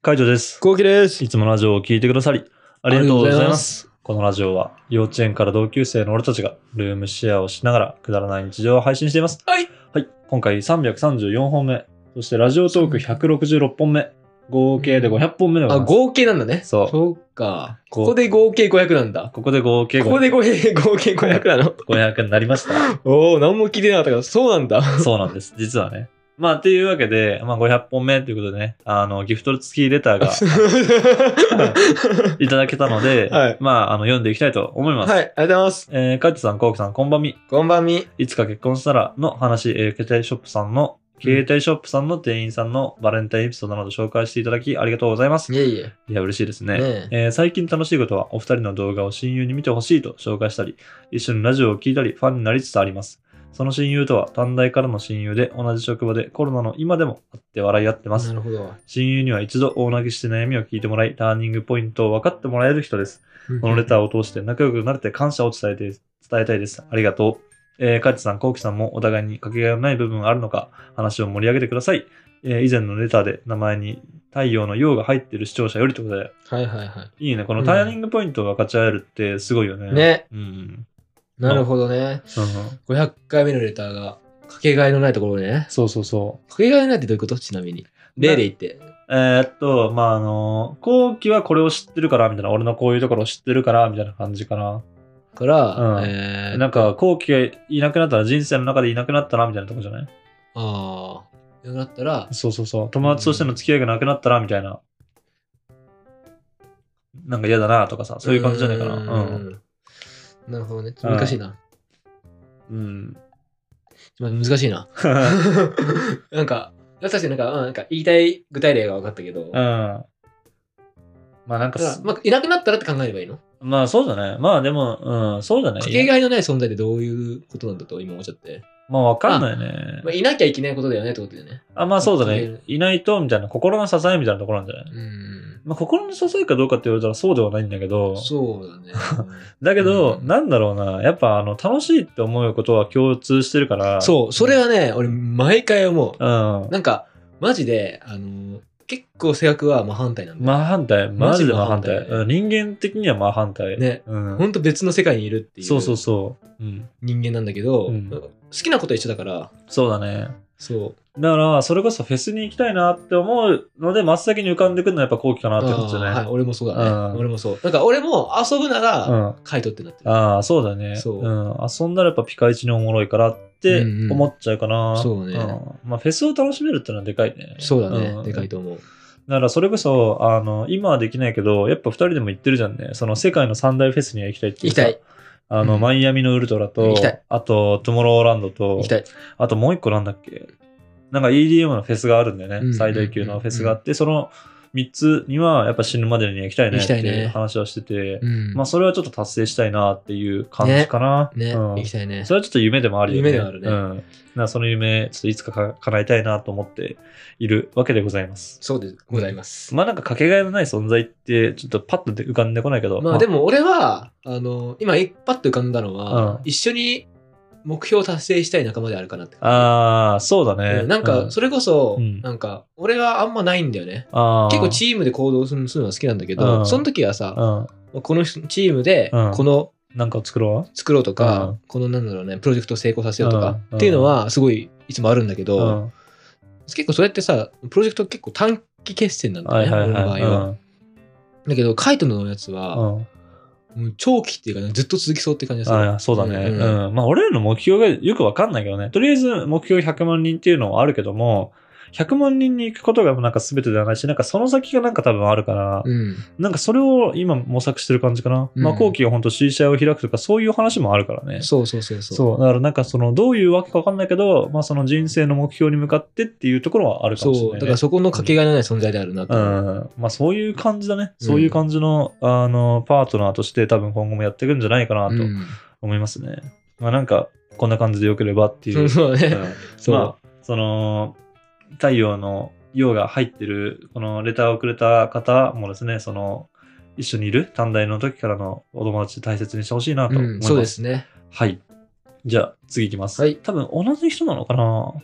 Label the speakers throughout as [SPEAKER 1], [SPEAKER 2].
[SPEAKER 1] 海上です。
[SPEAKER 2] こうきです。
[SPEAKER 1] いつもラジオを聞いてくださり、あ
[SPEAKER 2] あ
[SPEAKER 1] りがとうございます。
[SPEAKER 2] す。
[SPEAKER 1] このラジオは、幼稚園から同級生の俺たちが、ルームシェアをしながら、くだらない日常を配信しています。
[SPEAKER 2] はい。
[SPEAKER 1] はい。今回334本目、そしてラジオトーク166本目、合計で500本目でござ
[SPEAKER 2] あ、
[SPEAKER 1] います。
[SPEAKER 2] 合計なんだね。
[SPEAKER 1] そう
[SPEAKER 2] そうか。
[SPEAKER 1] こう
[SPEAKER 2] ここで合計500なんだ。
[SPEAKER 1] ここで合計
[SPEAKER 2] ここで合計合計500なの。
[SPEAKER 1] 500になりました。
[SPEAKER 2] おお、何も聞いてなかったから、そうなん だ。
[SPEAKER 1] そうなんです。実はね。まあ、っていうわけで、まあ、500本目ということでね、あの、ギフト付きレターがいただけたので、
[SPEAKER 2] はい
[SPEAKER 1] まあ、あの、読んでいきたいと思います。
[SPEAKER 2] はい、ありがとうございます。
[SPEAKER 1] えー、カイトさん、コウキさん、こんばんみ。
[SPEAKER 2] こんばんみ。
[SPEAKER 1] いつか結婚したらの話、えー携帯ショップさんの、携帯ショップさんの店員さんのバレンタインエピソードなど紹介していただきありがとうございます。
[SPEAKER 2] いえいえ。
[SPEAKER 1] いや、嬉しいですね。
[SPEAKER 2] ねえ
[SPEAKER 1] えー最近楽しいことは、お二人の動画を親友に見てほしいと紹介したり、一緒にラジオを聞いたり、ファンになりつつあります。その親友とは、短大からの親友で、同じ職場でコロナの今でも会って笑い合ってます
[SPEAKER 2] な。るほど。
[SPEAKER 1] 親友には一度大泣きして悩みを聞いてもらい、ターニングポイントを分かってもらえる人です。このレターを通して仲良くなれて感謝を伝えて、伝えたいです。ありがとう。えー、カチさん、コウキさんもお互いにかけがえのない部分があるのか、話を盛り上げてください。えー以前のレターで名前に太陽の陽が入ってる視聴者よりってことで、
[SPEAKER 2] はいはいはい
[SPEAKER 1] いね。こ
[SPEAKER 2] う
[SPEAKER 1] の
[SPEAKER 2] ん
[SPEAKER 1] ターニングポイントが分かち合えるってすごいよね。
[SPEAKER 2] い。。ね。
[SPEAKER 1] うん。
[SPEAKER 2] なるほどね。
[SPEAKER 1] そうん
[SPEAKER 2] 500回目のレターが、かけがえのないところでね。
[SPEAKER 1] そうそうそ
[SPEAKER 2] かけがえのないってどういうことちなみに。例で言って。
[SPEAKER 1] う。えーっと、まあ、あの、コウキはこれを知ってるから、みたいな。俺のこういうところを知ってるから、みたいな感じかな。
[SPEAKER 2] から、
[SPEAKER 1] うん
[SPEAKER 2] えー
[SPEAKER 1] なんか、コウキがいなくなったら人生の中でいなくなったな、みたいなとこじゃない
[SPEAKER 2] ああ。なくなったら、
[SPEAKER 1] そうそうそう。友達としての付き合いがなくなったら、みたいな。なんか嫌だなとかさ、そういう感じじゃないかな。うん。
[SPEAKER 2] ん。なるほどね。ちょっと難しいな。
[SPEAKER 1] うん。
[SPEAKER 2] まあ、難し いな。なんか、確かになんか、うんなんか言いたい具体例が分かったけど、
[SPEAKER 1] う
[SPEAKER 2] だか
[SPEAKER 1] ん。まあなんかす、
[SPEAKER 2] らまあ、いなくなったらって考えればいいのか
[SPEAKER 1] まあそうだね。まあでも、うん、そうだね。
[SPEAKER 2] けがえのない存在でどういうことなんだと今思っちゃって。
[SPEAKER 1] まあわかんないね
[SPEAKER 2] まあ、。いなきゃいけないことだよねってことだよね。
[SPEAKER 1] あ、まあそうだね
[SPEAKER 2] か。
[SPEAKER 1] いないと、みたいな、心の支えみたいなところなんじゃない
[SPEAKER 2] うん。
[SPEAKER 1] まあ心の支えかどうかって言われたらそうではないんだけど、
[SPEAKER 2] そうだ ね。
[SPEAKER 1] だけど、
[SPEAKER 2] うん
[SPEAKER 1] なんだろうな、やっぱあの、楽しいって思うことは共通してるから、
[SPEAKER 2] そう、それはね、俺、毎回思
[SPEAKER 1] う。うん
[SPEAKER 2] う。。なんか、マジで、あの、結構性格は真反対なんだよ。
[SPEAKER 1] 真反対、マジで真反対。
[SPEAKER 2] マジ真反対
[SPEAKER 1] うん人間的には真反対。
[SPEAKER 2] ね
[SPEAKER 1] うん、
[SPEAKER 2] ほんと別の世界にいるってい
[SPEAKER 1] そうそう
[SPEAKER 2] う
[SPEAKER 1] そう。うん。
[SPEAKER 2] 人間なんだけど、
[SPEAKER 1] うん
[SPEAKER 2] 好きなことは一緒だから、
[SPEAKER 1] そうだね。
[SPEAKER 2] そう。
[SPEAKER 1] だから、それこそフェスに行きたいなって思うので、真っ先に浮かんでくるのはやっぱ後期かなってことじゃ
[SPEAKER 2] あー
[SPEAKER 1] な
[SPEAKER 2] はい
[SPEAKER 1] い、
[SPEAKER 2] 俺もそうだね。
[SPEAKER 1] うん
[SPEAKER 2] 俺もそう。なんか俺も遊ぶな
[SPEAKER 1] う
[SPEAKER 2] ら、
[SPEAKER 1] ん。
[SPEAKER 2] カイトってなってる。
[SPEAKER 1] ああ、そうだね。。
[SPEAKER 2] そうん
[SPEAKER 1] 遊んだらやっぱピカイチにおもろいからって
[SPEAKER 2] うんうん
[SPEAKER 1] 思っちゃうかな。
[SPEAKER 2] そうね
[SPEAKER 1] んまあ、フェスを楽しめるってのはでかいね。
[SPEAKER 2] そうだね、
[SPEAKER 1] ん
[SPEAKER 2] でかいと思
[SPEAKER 1] だ
[SPEAKER 2] う。
[SPEAKER 1] から、それこそ、あの、今はできないけど、やっぱ二人でも行ってるじゃんね。その世界の三大フェスには行きたいって言
[SPEAKER 2] 行き
[SPEAKER 1] って
[SPEAKER 2] たい、
[SPEAKER 1] あの、
[SPEAKER 2] うん
[SPEAKER 1] マイアミのウルトラと
[SPEAKER 2] 行きたい、
[SPEAKER 1] あと、トゥモローランドと
[SPEAKER 2] 行き、たい。
[SPEAKER 1] あともう一個なんだっけなんか EDM のフェスがあるんだよ
[SPEAKER 2] うんうんうんう
[SPEAKER 1] ね。
[SPEAKER 2] ん
[SPEAKER 1] 最大級のフェスがあって、その3つにはやっぱ死ぬまでには行きたいね
[SPEAKER 2] 行
[SPEAKER 1] っ
[SPEAKER 2] きた
[SPEAKER 1] て
[SPEAKER 2] いね
[SPEAKER 1] いう話はしてて、
[SPEAKER 2] うん。
[SPEAKER 1] まあそれはちょっと達成したいなっていう感じかな。
[SPEAKER 2] ね、
[SPEAKER 1] うん
[SPEAKER 2] 行きたいね
[SPEAKER 1] そ。れはちょっと夢でもあるよね。
[SPEAKER 2] 夢ではあるね
[SPEAKER 1] うん。だからその夢、ちょっといつかか叶えたいなと思っているわけでございます。
[SPEAKER 2] そうでございます。
[SPEAKER 1] まあなんかかけがえのない存在って、ちょっとパッと浮かんでこないけど。
[SPEAKER 2] まあでも俺は、あの、今、パッと浮かんだのは
[SPEAKER 1] うん、
[SPEAKER 2] 一緒に目標を達成したい仲間であるかなって。
[SPEAKER 1] ああ、そうだね。
[SPEAKER 2] うんなん
[SPEAKER 1] う
[SPEAKER 2] か、それこそ
[SPEAKER 1] うん、
[SPEAKER 2] なんか、俺はあんまないんだよね。
[SPEAKER 1] あー
[SPEAKER 2] 結構チームで行動するのは好きなんだけ
[SPEAKER 1] う
[SPEAKER 2] ど、
[SPEAKER 1] ん
[SPEAKER 2] その時はさ、
[SPEAKER 1] う
[SPEAKER 2] このチームで
[SPEAKER 1] うん、
[SPEAKER 2] この
[SPEAKER 1] ん。なんかを作ろう
[SPEAKER 2] 作ろうとか、
[SPEAKER 1] うん
[SPEAKER 2] このなんだろうねプロジェクトを成功させようとか、
[SPEAKER 1] うん
[SPEAKER 2] っていうのはすごいいつもあるんだけど、
[SPEAKER 1] うん
[SPEAKER 2] 結構それってさプロジェクト結構短期決戦なんだ
[SPEAKER 1] は
[SPEAKER 2] よ
[SPEAKER 1] い
[SPEAKER 2] ね、
[SPEAKER 1] はいは
[SPEAKER 2] 俺
[SPEAKER 1] い。
[SPEAKER 2] の場合は、
[SPEAKER 1] うん
[SPEAKER 2] だけどカイトのやつは、
[SPEAKER 1] うん
[SPEAKER 2] もう長期っていうか、ね、ずっと続きそうって感じがする
[SPEAKER 1] ああそうだね。
[SPEAKER 2] うん
[SPEAKER 1] うん。まあ、俺らの目標がよくわかんないけどね。とりあえず、目標100万人っていうのはあるけども、100万人に行くことがなんか全てではないし、なんかその先がなんか多分あるから、
[SPEAKER 2] うん
[SPEAKER 1] なんかそれを今模索してる感じかな。
[SPEAKER 2] うん
[SPEAKER 1] まあ、後期が本当 C 社を開くとか、そういう話もあるからね。
[SPEAKER 2] そうそうそうそう
[SPEAKER 1] そう。だからなんかその、どういうわけかわかんないけど、まあその人生の目標に向かってっていうところはあるかもしれ
[SPEAKER 2] そ
[SPEAKER 1] な
[SPEAKER 2] う
[SPEAKER 1] い、ね。
[SPEAKER 2] だからそこのかけがえのない存在であるなと、
[SPEAKER 1] うんまあそういう感じだね。そういう感じの、あの、パートナーとして多分今後もやっていくんじゃないかなと
[SPEAKER 2] うん
[SPEAKER 1] 思いますね。まあなんか、こんな感じでよければっていう。
[SPEAKER 2] そうだね、
[SPEAKER 1] うん
[SPEAKER 2] そう
[SPEAKER 1] まあ、その、太陽の陽が入ってる、このレターをくれた方もですね、その、一緒にいる短大の時からのお友達大切にしてほしいなと思います。
[SPEAKER 2] うんそうですね
[SPEAKER 1] はい。じゃあ、次いきます。
[SPEAKER 2] はい
[SPEAKER 1] 多分同じ人なのかな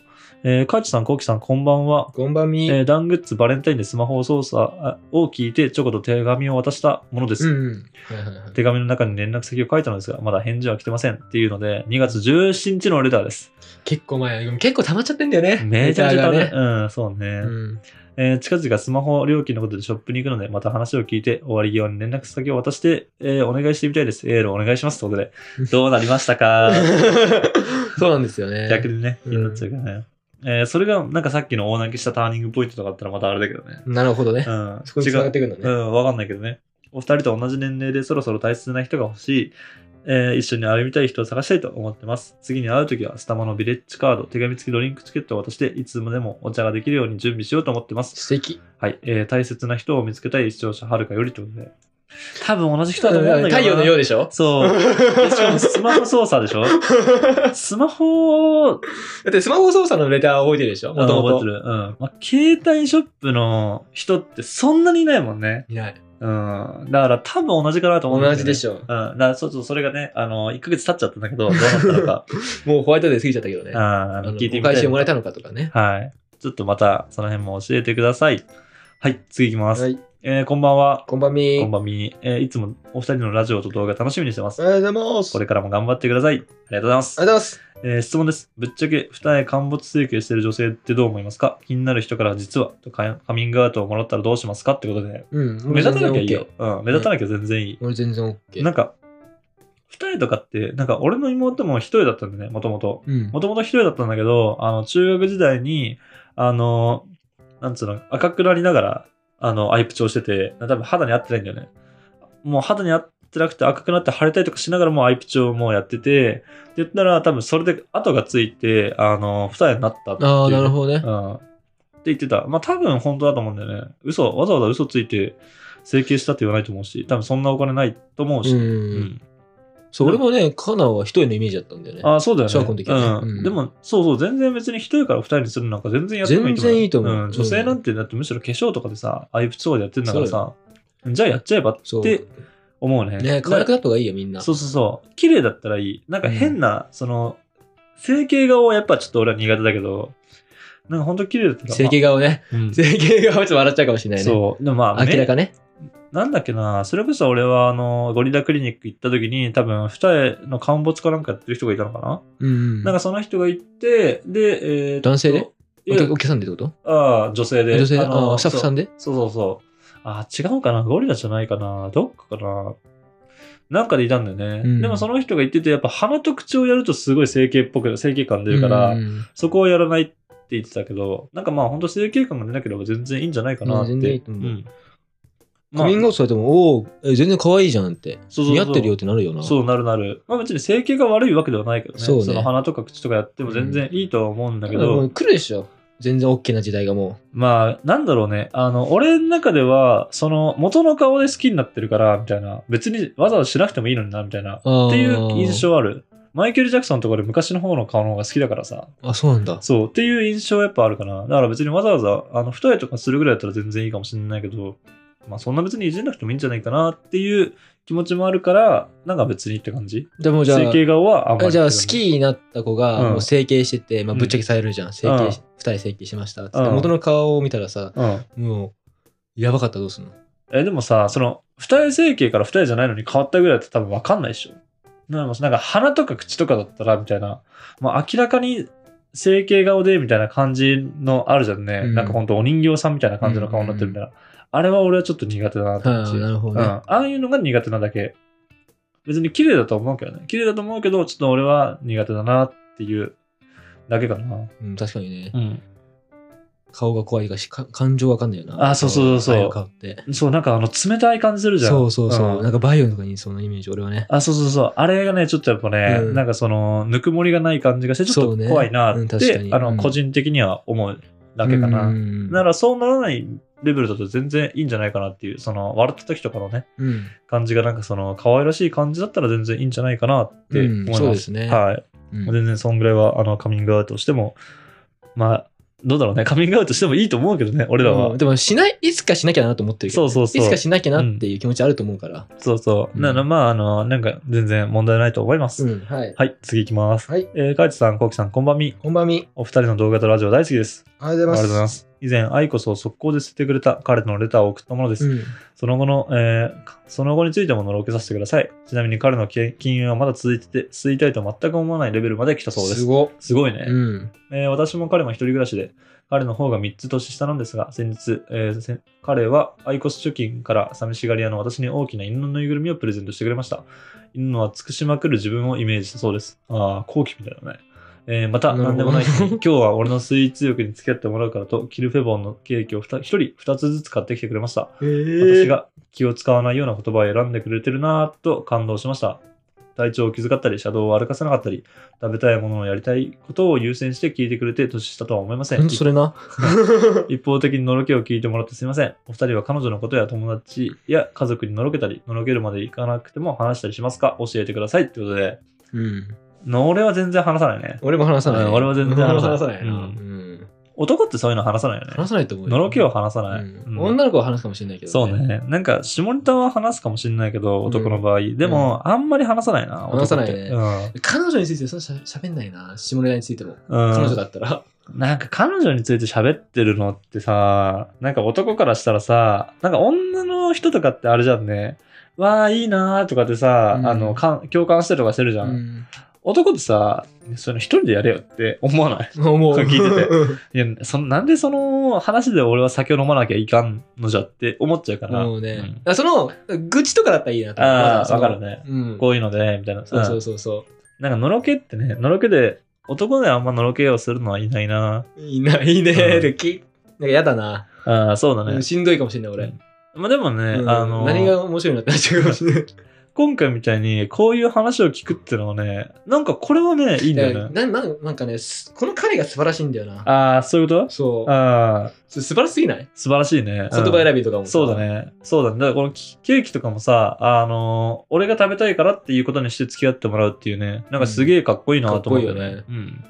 [SPEAKER 1] えー、カーチさん、コウキさん、こんばんは。
[SPEAKER 2] こんばんみ。
[SPEAKER 1] えー、ダングッズバレンタインでスマホを操作あを聞いて、チョコと手紙を渡したものです。
[SPEAKER 2] うんうん。はいはいはい
[SPEAKER 1] 手紙の中に連絡先を書いたのですが、まだ返事は来てませんっていうので、2月17日のレター です。
[SPEAKER 2] 結構前、でも結構溜まっちゃってんだよね。
[SPEAKER 1] めちゃめちゃだね。
[SPEAKER 2] レターが
[SPEAKER 1] うん、そうね、
[SPEAKER 2] うん。
[SPEAKER 1] えー近々スマホ料金のことでショップに行くので、また話を聞いて、終わり際に連絡先を渡して、えーお願いしてみたいです。エールお願いします。というこ とで、どうなりましたか
[SPEAKER 2] そうなんですよね。
[SPEAKER 1] 逆にね、
[SPEAKER 2] うん
[SPEAKER 1] 気になっちゃうけどね。えーそれが、なんかさっきの大泣きしたターニングポイントとかだったらまたあれだけどね。
[SPEAKER 2] なるほどね
[SPEAKER 1] う。ん
[SPEAKER 2] そこ、に
[SPEAKER 1] 違
[SPEAKER 2] 繋が
[SPEAKER 1] う
[SPEAKER 2] っ。てくるん
[SPEAKER 1] う
[SPEAKER 2] だね。
[SPEAKER 1] ん、わかんないけどね。お二人と同じ年齢でそろそろ大切な人が欲しい、えー一緒に歩みたい人を探したいと思ってます。次に会うときは、スタマのビレッジカード、手紙付きドリンクチケットを渡して、いつまでもお茶ができるように準備しようと思ってます。
[SPEAKER 2] 素敵。
[SPEAKER 1] はい、えー大切な人を見つけたい視聴者はるかよりということで。多分同じ人だと思うんだけどな。
[SPEAKER 2] 太陽のようでしょ
[SPEAKER 1] そう。でしかもスマホ操作でしょ
[SPEAKER 2] だ
[SPEAKER 1] スマホを
[SPEAKER 2] ってスマホ操作のレター覚えてるでしょもと
[SPEAKER 1] 覚え
[SPEAKER 2] も
[SPEAKER 1] て
[SPEAKER 2] と。
[SPEAKER 1] る。うん。まあ、携帯ショップの人ってそんなにいないもんね。
[SPEAKER 2] いない。
[SPEAKER 1] うん。だから多分同じかなと思うんだ
[SPEAKER 2] 同
[SPEAKER 1] よね
[SPEAKER 2] じでし
[SPEAKER 1] う
[SPEAKER 2] ょ。
[SPEAKER 1] ん。だから、そうそう、それがね、あの、1ヶ月経っちゃったんだけど、どうなったの か、
[SPEAKER 2] もうホワイトデー過ぎちゃったけどね。
[SPEAKER 1] うんあ
[SPEAKER 2] あ
[SPEAKER 1] の
[SPEAKER 2] の
[SPEAKER 1] 聞いて
[SPEAKER 2] お
[SPEAKER 1] みたい
[SPEAKER 2] 返しをも
[SPEAKER 1] な。
[SPEAKER 2] らえたのかとかね。
[SPEAKER 1] はい。ちょっとまた、その辺も教えてください。はい、次いきます。
[SPEAKER 2] はい。
[SPEAKER 1] えーこんばんは。
[SPEAKER 2] こんばんみ。
[SPEAKER 1] こんばんみ。えーいつもお二人のラジオと動画楽しみにしてます。
[SPEAKER 2] ありがとうございます。
[SPEAKER 1] こ
[SPEAKER 2] あ
[SPEAKER 1] れからも頑張ってください。ありがとうございます
[SPEAKER 2] りがとうござい。ます。
[SPEAKER 1] えー質問です。ぶっちゃけ、二重陥没整形してる女性ってどう思いますか気になる人から実は、とカカミングアウトをもらったらどうしますかってことで、
[SPEAKER 2] うん。
[SPEAKER 1] 目立たなきゃいいよ
[SPEAKER 2] OK。。
[SPEAKER 1] うん、目立たなきゃ全然いい。
[SPEAKER 2] 俺全然 OK。
[SPEAKER 1] なんか、二重とかって、なんか俺の妹も一重だったんだね、もともと。
[SPEAKER 2] うん。
[SPEAKER 1] もともと一重だったんだけど、あの、中学時代に、あの、なんつうの、赤くなりながら、あの、アイプ調してて、多分肌に合ってないんだよね。もう肌に合ってなくて赤くなって腫れたりとかしながらもうアイプ調もやってて、って言ったら多分それで跡がついて、あの、二重になったっていう。
[SPEAKER 2] ああ、なるほどね。
[SPEAKER 1] うん。って言ってた。まあ多分本当だと思うんだよね。嘘、わざわざ嘘ついて整形したって言わないと思うし、多分そんなお金ないと思う
[SPEAKER 2] う。
[SPEAKER 1] し。うん
[SPEAKER 2] そう、俺もね、カナは一人のイメージだったんだよね。
[SPEAKER 1] ああ、そうだよね。
[SPEAKER 2] 小学校の時はね
[SPEAKER 1] うん
[SPEAKER 2] うん
[SPEAKER 1] でも、そうそう、全然別に一人から二人にするなんか全然やってもいいと思う。
[SPEAKER 2] 全然いいと思うん
[SPEAKER 1] 女性なんて、だってむしろ化粧とかでさ、アイプ調でやってんだからさ、じゃあやっちゃえばっ
[SPEAKER 2] そう。
[SPEAKER 1] て思うね。
[SPEAKER 2] ね、可愛くなった方がいいよ、みん
[SPEAKER 1] だ
[SPEAKER 2] な。
[SPEAKER 1] そうそうそう。綺麗だったらいい。なんか変な、その、整形顔はやっぱちょっと俺は苦手だけど、なんか本当綺麗だったら。
[SPEAKER 2] 整形顔ね。
[SPEAKER 1] まあうん
[SPEAKER 2] 整形顔はちょっと笑っちゃうかもしれないね。
[SPEAKER 1] そう。でもまあ、
[SPEAKER 2] 明ら
[SPEAKER 1] ね、
[SPEAKER 2] かね。
[SPEAKER 1] なんだっけな、それこそ俺は、あの、ゴリラクリニック行った時に、多分、二重の陥没かなんかやってる人がいたのかな、
[SPEAKER 2] うん
[SPEAKER 1] なんかその人が行って、で、えーっと
[SPEAKER 2] 男性で
[SPEAKER 1] い
[SPEAKER 2] お
[SPEAKER 1] や
[SPEAKER 2] 客お客さんでってこと
[SPEAKER 1] ああ、女性で。
[SPEAKER 2] 女性で
[SPEAKER 1] あの
[SPEAKER 2] ああスタッフさんで
[SPEAKER 1] そうそうそうそう。ああ、違うかな。ゴリラじゃないかな。どっかかな。なんかでいたんだよね。
[SPEAKER 2] うん
[SPEAKER 1] でもその人が言ってて、やっぱ鼻と口をやるとすごい整形っぽく、整形感出るから、
[SPEAKER 2] うん
[SPEAKER 1] そこはやらないって言ってたけど、なんかまあ本当整形感が出なければ全然いいんじゃないかなって。
[SPEAKER 2] うん全然いいと思うん
[SPEAKER 1] ま
[SPEAKER 2] カ
[SPEAKER 1] あ
[SPEAKER 2] ミングアウトされても、おお、え全然可愛いじゃんって。
[SPEAKER 1] そうそうそう
[SPEAKER 2] 似合ってるよってなるよな。
[SPEAKER 1] そうなるなる。まあ別に整形が悪いわけではないけどね。
[SPEAKER 2] そうね
[SPEAKER 1] の鼻とか口とかやっても全然いいとは思うんだ
[SPEAKER 2] だ
[SPEAKER 1] け
[SPEAKER 2] から
[SPEAKER 1] ど、
[SPEAKER 2] もう来るでしょ。全然 OK な時代がも
[SPEAKER 1] まあ、なんだろうね。あの、俺の中では、その、元の顔で好きになってるから、みたいな。別にわざわざしなくてもいいのにな、みたいな。っ
[SPEAKER 2] う。あー
[SPEAKER 1] ていう印。象ある。マイケル・ジャクソンとかで昔の方の顔の方が好きだからさ。
[SPEAKER 2] あ、そうなんだ。
[SPEAKER 1] そう。っていう印象はやっぱあるかな。だから別にわざわざ、あの、太重とかするぐらいだったら全然いいかもしれないけど、まあそんな別にいじんなくてもいいんじゃないかなっていう気持ちもあるから、なんか別にって感じ。
[SPEAKER 2] でもじゃあ、
[SPEAKER 1] 整形顔はあんまり
[SPEAKER 2] あじゃあ
[SPEAKER 1] って
[SPEAKER 2] 好
[SPEAKER 1] 感
[SPEAKER 2] きになった子が
[SPEAKER 1] うん
[SPEAKER 2] もう整形してて、まあ、ぶっちゃけされるじゃん、整
[SPEAKER 1] うん
[SPEAKER 2] 形し二人整形しましたっつって、
[SPEAKER 1] うん
[SPEAKER 2] 元の顔を見たらさ
[SPEAKER 1] うん。
[SPEAKER 2] もうやばかったらどうすんの
[SPEAKER 1] え、でもさ、その、二重整形から二重じゃないのに変わったぐらいだって多分分かんないでしょ。なんか、なんか鼻とか口とかだったら、みたいな、まあ明らかに整形顔で、みたいな感じのあるじゃんね。
[SPEAKER 2] うん
[SPEAKER 1] なんかほんとお人形さんみたいな感じの顔になってるみたいな。あれは俺はちょっと苦手だなって
[SPEAKER 2] あ
[SPEAKER 1] 感じ。
[SPEAKER 2] あなるほ
[SPEAKER 1] うん。
[SPEAKER 2] どね、
[SPEAKER 1] ああいうのが苦手なだけ。別に綺麗だと思うけどね。綺麗だと思うけど、ちょっと俺は苦手だなっていうだけかな。
[SPEAKER 2] うん確かにね
[SPEAKER 1] うん。
[SPEAKER 2] 顔が怖いからしか感情わかんないよな
[SPEAKER 1] あそうそうそうそう
[SPEAKER 2] ああいう顔って
[SPEAKER 1] そう、なんかあの、冷たい感じするじゃん。
[SPEAKER 2] そうそうそう、
[SPEAKER 1] うん
[SPEAKER 2] なんかバイオとかにそのイメージ俺はね
[SPEAKER 1] あ、そうそうそう。あれがね、ちょっとやっぱね、
[SPEAKER 2] うん
[SPEAKER 1] なんかその、ぬくもりがない感じがして、ちょ
[SPEAKER 2] そう
[SPEAKER 1] っと
[SPEAKER 2] ね
[SPEAKER 1] 怖いなって、
[SPEAKER 2] うん確かに
[SPEAKER 1] あの、
[SPEAKER 2] うん
[SPEAKER 1] 個人的には思うだけかな。
[SPEAKER 2] うん
[SPEAKER 1] なら、そうならないレベルだと全然いいんじゃないかなっていう、その、笑った時とかのね、
[SPEAKER 2] うん、
[SPEAKER 1] 感じがなんかその、可愛らしい感じだったら全然いいんじゃないかなって思います。
[SPEAKER 2] うんそうですね
[SPEAKER 1] はい。
[SPEAKER 2] うん
[SPEAKER 1] 全然そんぐらいは、あの、カミングアウトしても、まあ、どうだろうね、カミングアウトしてもいいと思うけどね、俺らは。
[SPEAKER 2] うんでもしない、いつかしなきゃなと思ってるけ
[SPEAKER 1] そ
[SPEAKER 2] ど、
[SPEAKER 1] うそうそう。
[SPEAKER 2] いつかしなきゃなっていう気持ちあると思うから。
[SPEAKER 1] そうそう。
[SPEAKER 2] うん
[SPEAKER 1] なら、まあ、あの、なんか、全然問題ないと思います。
[SPEAKER 2] うん、はい。
[SPEAKER 1] はい、次行きます。
[SPEAKER 2] はい。
[SPEAKER 1] えー、カイチさん、コウキさん、こんばんみ。
[SPEAKER 2] こんばんみ。
[SPEAKER 1] お二人の動画とラジオ大好きです。
[SPEAKER 2] ありが。
[SPEAKER 1] ありがとうございますす。以前、アイコスを速攻で捨ててくれた彼とのレターを送ったものです。
[SPEAKER 2] うん。
[SPEAKER 1] その後の、えーその後についてものろけさせてください。ちなみに彼の金金融はまだ続いてて、吸いたいと全く思わないレベルまで来たそうです
[SPEAKER 2] す。ご。
[SPEAKER 1] すごいね、
[SPEAKER 2] うん。
[SPEAKER 1] えー私も彼も一人暮らしで、彼の方が3つ年下なんですが、先日、えーせ彼はアイコス貯金から寂しがり屋の私に大きな犬のぬいぐるみをプレゼントしてくれました。犬のは尽くしまくる自分をイメージしたそうです。ああ、後期みたいだね。えーまた、
[SPEAKER 2] なるほど
[SPEAKER 1] なんでもない日に、今 日は俺のスイーツ欲に付き合ってもらうからと、キルフェボンのケーキを2人2つずつ買ってきてくれました。
[SPEAKER 2] え
[SPEAKER 1] 私。が気を使わないような言葉を選んでくれてるなぁと感動しました。体調を気遣ったり、車道を歩かせなかったり、食べたいものをやりたいことを優先して聞いてくれて年下とは思いません。
[SPEAKER 2] うん、それな。
[SPEAKER 1] 一方的にのろけを聞いてもらってすいません。お二人は彼女のことや友達や家族にのろけたり、のろけるまでいかなくても話したりしますか教えてくださいってことで、
[SPEAKER 2] うん。
[SPEAKER 1] の俺は全然話さないね。
[SPEAKER 2] 俺も話さない。
[SPEAKER 1] うん俺も全然話さない
[SPEAKER 2] 話さないな。
[SPEAKER 1] う
[SPEAKER 2] うんん。
[SPEAKER 1] 男ってそういうの話さないよね
[SPEAKER 2] 話。さないと思うよ。
[SPEAKER 1] のろけを話さない。
[SPEAKER 2] うん
[SPEAKER 1] うん
[SPEAKER 2] 女の子は話すかもしれないけど。
[SPEAKER 1] そう。ね。なんか、下ネタは話すかもしれないけど、男の場合。でも、あんまり話さないな。
[SPEAKER 2] 話さないね
[SPEAKER 1] 男って
[SPEAKER 2] 彼女についてそんなしゃ喋んないな。下ネタについても。
[SPEAKER 1] うん。
[SPEAKER 2] 彼
[SPEAKER 1] う
[SPEAKER 2] 女
[SPEAKER 1] ん。
[SPEAKER 2] だったら。
[SPEAKER 1] なんか彼女について喋ってるのってさ、なんか男からしたらさ、なんか女の人とかってあれじゃんね。わあ、いいなーとかってさ、
[SPEAKER 2] うん
[SPEAKER 1] あのかん、共感してとかしてるじゃ。
[SPEAKER 2] うんん。
[SPEAKER 1] 男ってさ、その一人でやれよって思わない。
[SPEAKER 2] 思う。
[SPEAKER 1] 聞いていや、そのなんでその話で俺は酒を飲まなきゃいかんのじゃって思っちゃうから。
[SPEAKER 2] もうね。
[SPEAKER 1] ん
[SPEAKER 2] あその、愚痴とかだったらいいなと思う。
[SPEAKER 1] あー
[SPEAKER 2] まだその
[SPEAKER 1] わかるね
[SPEAKER 2] うん。
[SPEAKER 1] こういうので、みたいな。
[SPEAKER 2] そうそ
[SPEAKER 1] ん
[SPEAKER 2] うそうそ
[SPEAKER 1] なんか、のろけってね、のろけで、男であんまのろけをするのはいないな。
[SPEAKER 2] う。いないね。
[SPEAKER 1] うん
[SPEAKER 2] で、き、なんか嫌だな。
[SPEAKER 1] ああ、そうだ
[SPEAKER 2] う
[SPEAKER 1] ね
[SPEAKER 2] ん。しんどいかもしれない、俺。
[SPEAKER 1] まあでもね、
[SPEAKER 2] うん
[SPEAKER 1] あの、
[SPEAKER 2] 何が面白いのってなっちゃうかもしれない。
[SPEAKER 1] 今回みたいに、こういう話を聞くってのはね、なんかこれはね、いいんだ
[SPEAKER 2] いや
[SPEAKER 1] よね。
[SPEAKER 2] なななんかね、すこの彼が素晴らしいんだよな。
[SPEAKER 1] ああ、そういうこ
[SPEAKER 2] そ
[SPEAKER 1] とああ、
[SPEAKER 2] う。す素晴らしすぎない
[SPEAKER 1] 素晴らしいね。
[SPEAKER 2] 言葉
[SPEAKER 1] うん
[SPEAKER 2] 選びとかも。
[SPEAKER 1] そうだ。ね。そうだね。だからこのキケーキとかもさ、あの、俺が食べたいからっていうことにして付き合ってもらうっていうね、なんかすげえかっこいいなと思うよね。
[SPEAKER 2] かっこいいよね
[SPEAKER 1] うん。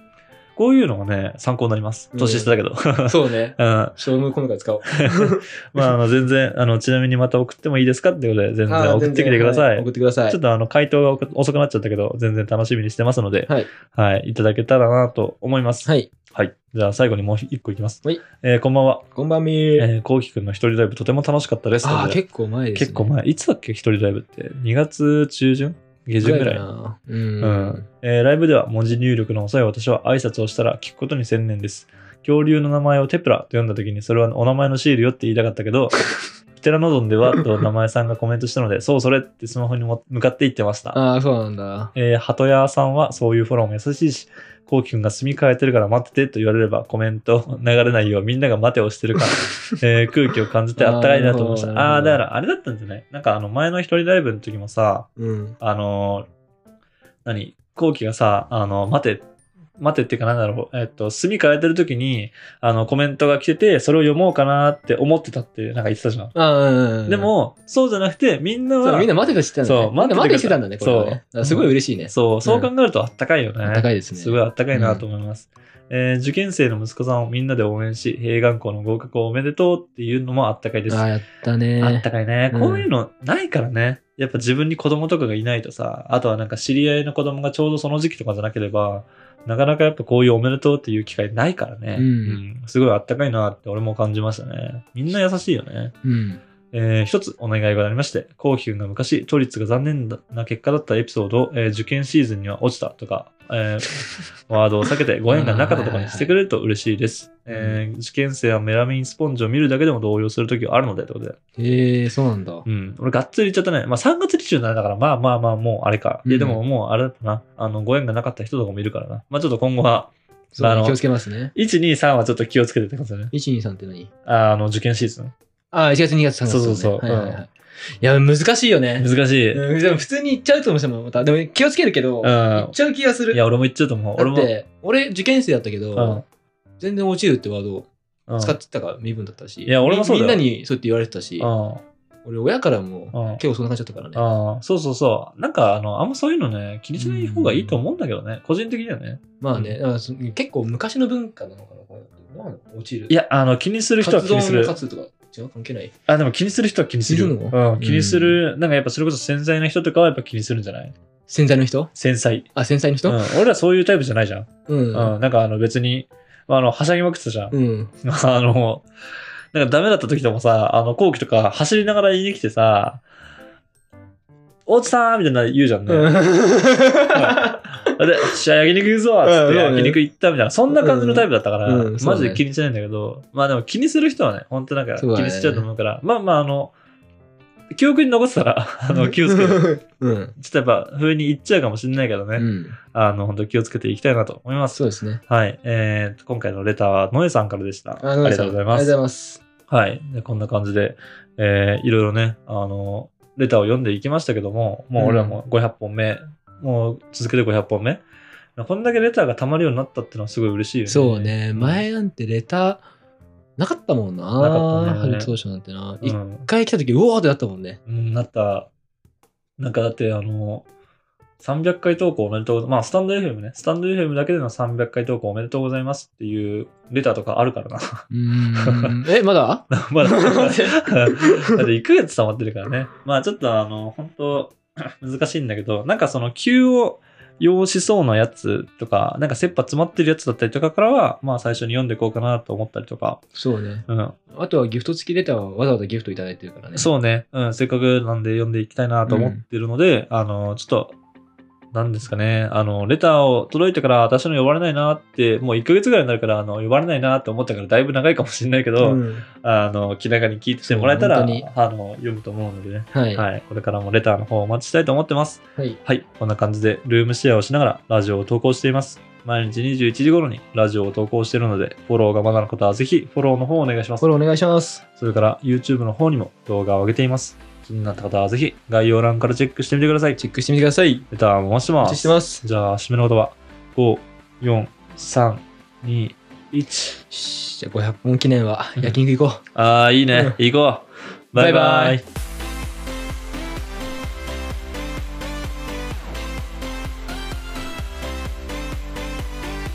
[SPEAKER 1] こういうのがね、参考になります。年下だけど。。
[SPEAKER 2] そうね
[SPEAKER 1] うん。
[SPEAKER 2] 小務今回使おう。
[SPEAKER 1] まあ、あの、全然、あの、ちなみにまた送ってもいいですかってことで、全
[SPEAKER 2] あ
[SPEAKER 1] 然
[SPEAKER 2] ー
[SPEAKER 1] 送ってきてくださ。
[SPEAKER 2] 全然はい送ってください。
[SPEAKER 1] ちょっとあの、回答が遅遅くなっちゃったけど、全然楽しみにしてますので、
[SPEAKER 2] はい。
[SPEAKER 1] はい、いただけたらなと思います。
[SPEAKER 2] はい。
[SPEAKER 1] はい。じゃあ、最後にもう一個いきます。
[SPEAKER 2] はい
[SPEAKER 1] えーこんばんは。
[SPEAKER 2] こんばんみ
[SPEAKER 1] えー、こうきくんの一人ライブとても楽しかったです。
[SPEAKER 2] ああ、
[SPEAKER 1] という
[SPEAKER 2] 結構前
[SPEAKER 1] ことで
[SPEAKER 2] です、ね。
[SPEAKER 1] 結構前。いつだっけ一人ライブって。2月中旬下旬ぐらい。
[SPEAKER 2] な。
[SPEAKER 1] う
[SPEAKER 2] う
[SPEAKER 1] んん。えーライブでは文字入力の遅い私は挨拶をしたら聞くことに専念です。恐竜の名前をテプラと読んだ時にそれはお名前のシールよって言いたかったけど、 プテラノドンではと名前さんがコメントしたので、そうそれってスマホにも向かって言ってました。
[SPEAKER 2] ああ、そうなんだ。
[SPEAKER 1] えー、鳩屋さんはそういうフォローも優しいし、こうきくんが住み替えてるから待っててと言われればコメント流れないようみんなが待てをしてるから、えー空気を感じてあったかいなと思いました。
[SPEAKER 2] あー
[SPEAKER 1] あ
[SPEAKER 2] な
[SPEAKER 1] あー、
[SPEAKER 2] るほど
[SPEAKER 1] だからあれだったんじゃないなんかあの前の一人ライブの時もさ、
[SPEAKER 2] うん。
[SPEAKER 1] あのー何後期がさ、あの、待て、待てっていうかなんだろう、えっと、墨変えてる時に、あの、コメントが来てて、それを読もうかなって思ってたって、なんか言ってたじゃん。
[SPEAKER 2] ああ、うんうん。
[SPEAKER 1] で、も、そうじゃなくて、みんな
[SPEAKER 2] そう
[SPEAKER 1] は、
[SPEAKER 2] みんな待ってたしてたんだね。
[SPEAKER 1] そう
[SPEAKER 2] みんな待ってしてたんだね、これはね。
[SPEAKER 1] そう
[SPEAKER 2] だからすごい嬉しいね。
[SPEAKER 1] そう、そう考えるとあったかいよね。
[SPEAKER 2] あったかいですね
[SPEAKER 1] すごいあったかいなと思います。えー受験生の息子さんをみんなで応援し、併願校の合格をおめでとうっていうのもあったかいです。
[SPEAKER 2] ああ、やったね。
[SPEAKER 1] あったかいね。
[SPEAKER 2] うん
[SPEAKER 1] こういうのないからね。やっぱ自分に子供とかがいないとさ、あとはなんか知り合いの子供がちょうどその時期とかじゃなければ、なかなかやっぱこういうおめでとうっていう機会ないからね。
[SPEAKER 2] うん
[SPEAKER 1] んすごいあったかいなって俺も感じましたね。みんな優しいよね。
[SPEAKER 2] うん。
[SPEAKER 1] えー一つお願いがありまして、こうきくんが昔、都立が残念な結果だったエピソードを、えー受験シーズンには落ちたとか、え ーワードを避けてご縁がなかったとかにしてくれると嬉しいです。
[SPEAKER 2] はいはいはい
[SPEAKER 1] えー受験生はメラミンスポンジを見るだけでも動揺するときはあるので、ということで。
[SPEAKER 2] へえ、そうなんだ。
[SPEAKER 1] うん。俺、がっつり言っちゃったね。まあ、3月27だから、まあまあまあ、もうあれか。いや、
[SPEAKER 2] うん
[SPEAKER 1] でももうあれだったな。あの、ご縁がなかった人とかもいるからな。まあ、ちょっと今後は、
[SPEAKER 2] そう
[SPEAKER 1] あ
[SPEAKER 2] ね
[SPEAKER 1] の
[SPEAKER 2] 気をつけますね。
[SPEAKER 1] 1、2、3はちょっと気をつけてってことだね。
[SPEAKER 2] 1、2、3って何
[SPEAKER 1] ああの、受験シーズン。
[SPEAKER 2] ああ、1月、2月、3月、
[SPEAKER 1] そうそうそう
[SPEAKER 2] はいはいはい。いや、難しいよね。
[SPEAKER 1] 難しい。うん。
[SPEAKER 2] うんでも普通に行っちゃうと思うまた。でも気をつけるけど、行っちゃう気がする。
[SPEAKER 1] いや、俺も言っちゃうと思う。俺
[SPEAKER 2] 俺
[SPEAKER 1] も
[SPEAKER 2] だっ。て、俺、受験生だったけど、全然落ちるってワード
[SPEAKER 1] うん。
[SPEAKER 2] 使ってたから身分だったし、
[SPEAKER 1] いや俺もそうだよ
[SPEAKER 2] みみんなにそうやって言われてたし、
[SPEAKER 1] うん。
[SPEAKER 2] 俺、親からも
[SPEAKER 1] うん
[SPEAKER 2] 結構そんな感じだったからね。
[SPEAKER 1] ああ、そうそうそう。なんか、あの、あんまそういうのね、気にしない方がいいと思うんだけどね。個人的にはね。
[SPEAKER 2] まあね、だからその結構昔の文化なのかな、こうなんか落ちる。
[SPEAKER 1] い、や、あの、気にする人は
[SPEAKER 2] 活
[SPEAKER 1] 気
[SPEAKER 2] 動
[SPEAKER 1] にする
[SPEAKER 2] の。活とか、違う関係ない。
[SPEAKER 1] あ、でも気にする人は気にする。
[SPEAKER 2] いるの
[SPEAKER 1] うん、気にする。なんかやっぱそれこそ繊細な人とかはやっぱ気にするんじゃない
[SPEAKER 2] 潜在の人
[SPEAKER 1] 繊細。
[SPEAKER 2] あ、繊細の
[SPEAKER 1] うん
[SPEAKER 2] 人、
[SPEAKER 1] 俺らそういうタイプじゃないじゃん。
[SPEAKER 2] うん。う。
[SPEAKER 1] うんん、なんかあの別に、あの、はしゃぎまくってたじゃん。
[SPEAKER 2] うん。
[SPEAKER 1] あの、なんかダメだった時でもさ、あの、後期とか走りながら言いに来てさ、大津さんみたいなの言うじゃんね。で、試合焼肉行くぞっつ
[SPEAKER 2] う
[SPEAKER 1] って
[SPEAKER 2] んそうね
[SPEAKER 1] 焼肉行ったみたいな、そんな感じのタイプだったから、
[SPEAKER 2] うんうんそう
[SPEAKER 1] マジ
[SPEAKER 2] ね
[SPEAKER 1] で気にしないんだけど、まあでも気にする人はね、本当なんか気
[SPEAKER 2] そうだね
[SPEAKER 1] にしちゃうと思うから、まあまああの、記憶に残ってた ら、あの、 気をつけて、ちょっ
[SPEAKER 2] うん。
[SPEAKER 1] とやっぱ、不意に言っちゃうかもしれないけどね、
[SPEAKER 2] うん。
[SPEAKER 1] あの、本当気をつけていきたいなと思います。
[SPEAKER 2] そうですね。
[SPEAKER 1] はい。えーと、今回のレターは、のえさんからでした。ありがとうございま
[SPEAKER 2] ありがとうござ
[SPEAKER 1] す。
[SPEAKER 2] います。
[SPEAKER 1] はい。でこんな感じで、えーいろいろね、あの、レターを読んでいきましたけども、もう俺はもう500本目、もう続けて500本目。こんだけレターが溜まるようになったっていうのはすごい嬉しいよね。
[SPEAKER 2] そうね、前なんてレターなかったもんな。
[SPEAKER 1] なかったね
[SPEAKER 2] 春当初なんてな。
[SPEAKER 1] う
[SPEAKER 2] 一
[SPEAKER 1] ん。
[SPEAKER 2] 回来た時、うおーってなったもん ね。
[SPEAKER 1] うん、なった。なんかだって、あの、300回投稿おめでとうございます。まあ、スタンド FM ね。スタンド FM だけでの300回投稿おめでとうございますっていうレターとかあるからな。
[SPEAKER 2] うーん。え、まだ
[SPEAKER 1] まだ、 だっ
[SPEAKER 2] 待
[SPEAKER 1] て
[SPEAKER 2] って
[SPEAKER 1] 1ヶ月溜まってるからね。まあちょっと あの、本当難しいんだけど、なんかその急を要しそうなやつとか、なんか切羽詰まってるやつだったりとかからは、まあ最初に読んでいこうかなと思ったりとか、
[SPEAKER 2] そうね。
[SPEAKER 1] うん。
[SPEAKER 2] あとはギフト付きレターはわざわざギフトいただいてるからね。
[SPEAKER 1] そうね、うん、せっかくなんで読んでいきたいなと思ってるので、あの、ちょっと、なんですかね、あの、レターを届いてから私の呼ばれないなって、もう1ヶ月ぐらいになるから、あの、呼ばれないなって思ったからだいぶ長いかもしれないけど、
[SPEAKER 2] うん。
[SPEAKER 1] あの、気長に聞いてもらえた
[SPEAKER 2] そ
[SPEAKER 1] ら、あ
[SPEAKER 2] う本当
[SPEAKER 1] の、読むと思うのでね。
[SPEAKER 2] はい。
[SPEAKER 1] はい、これからもレターの方をお待ちしたいと思ってます。
[SPEAKER 2] はい。
[SPEAKER 1] はい、こんな感じでルームシェアをしながらラジオを投稿しています。毎日21時頃にラジオを投稿しているので、フォローがまだの方はぜひフォローの方をお願いします
[SPEAKER 2] こ。れお願いします。
[SPEAKER 1] それから YouTube の方にも動画を上げています。気になった方はぜひ概要欄からチェックしてみてください。
[SPEAKER 2] チェックしてみてください。
[SPEAKER 1] レターもお待ちして
[SPEAKER 2] お
[SPEAKER 1] ます。
[SPEAKER 2] 待ちしてます。
[SPEAKER 1] じゃあ、締めの言葉。5、4、3、2、1。
[SPEAKER 2] よしじゃあ500本記念は焼肉行こう。
[SPEAKER 1] あー、いいね。行こう。バイバイ。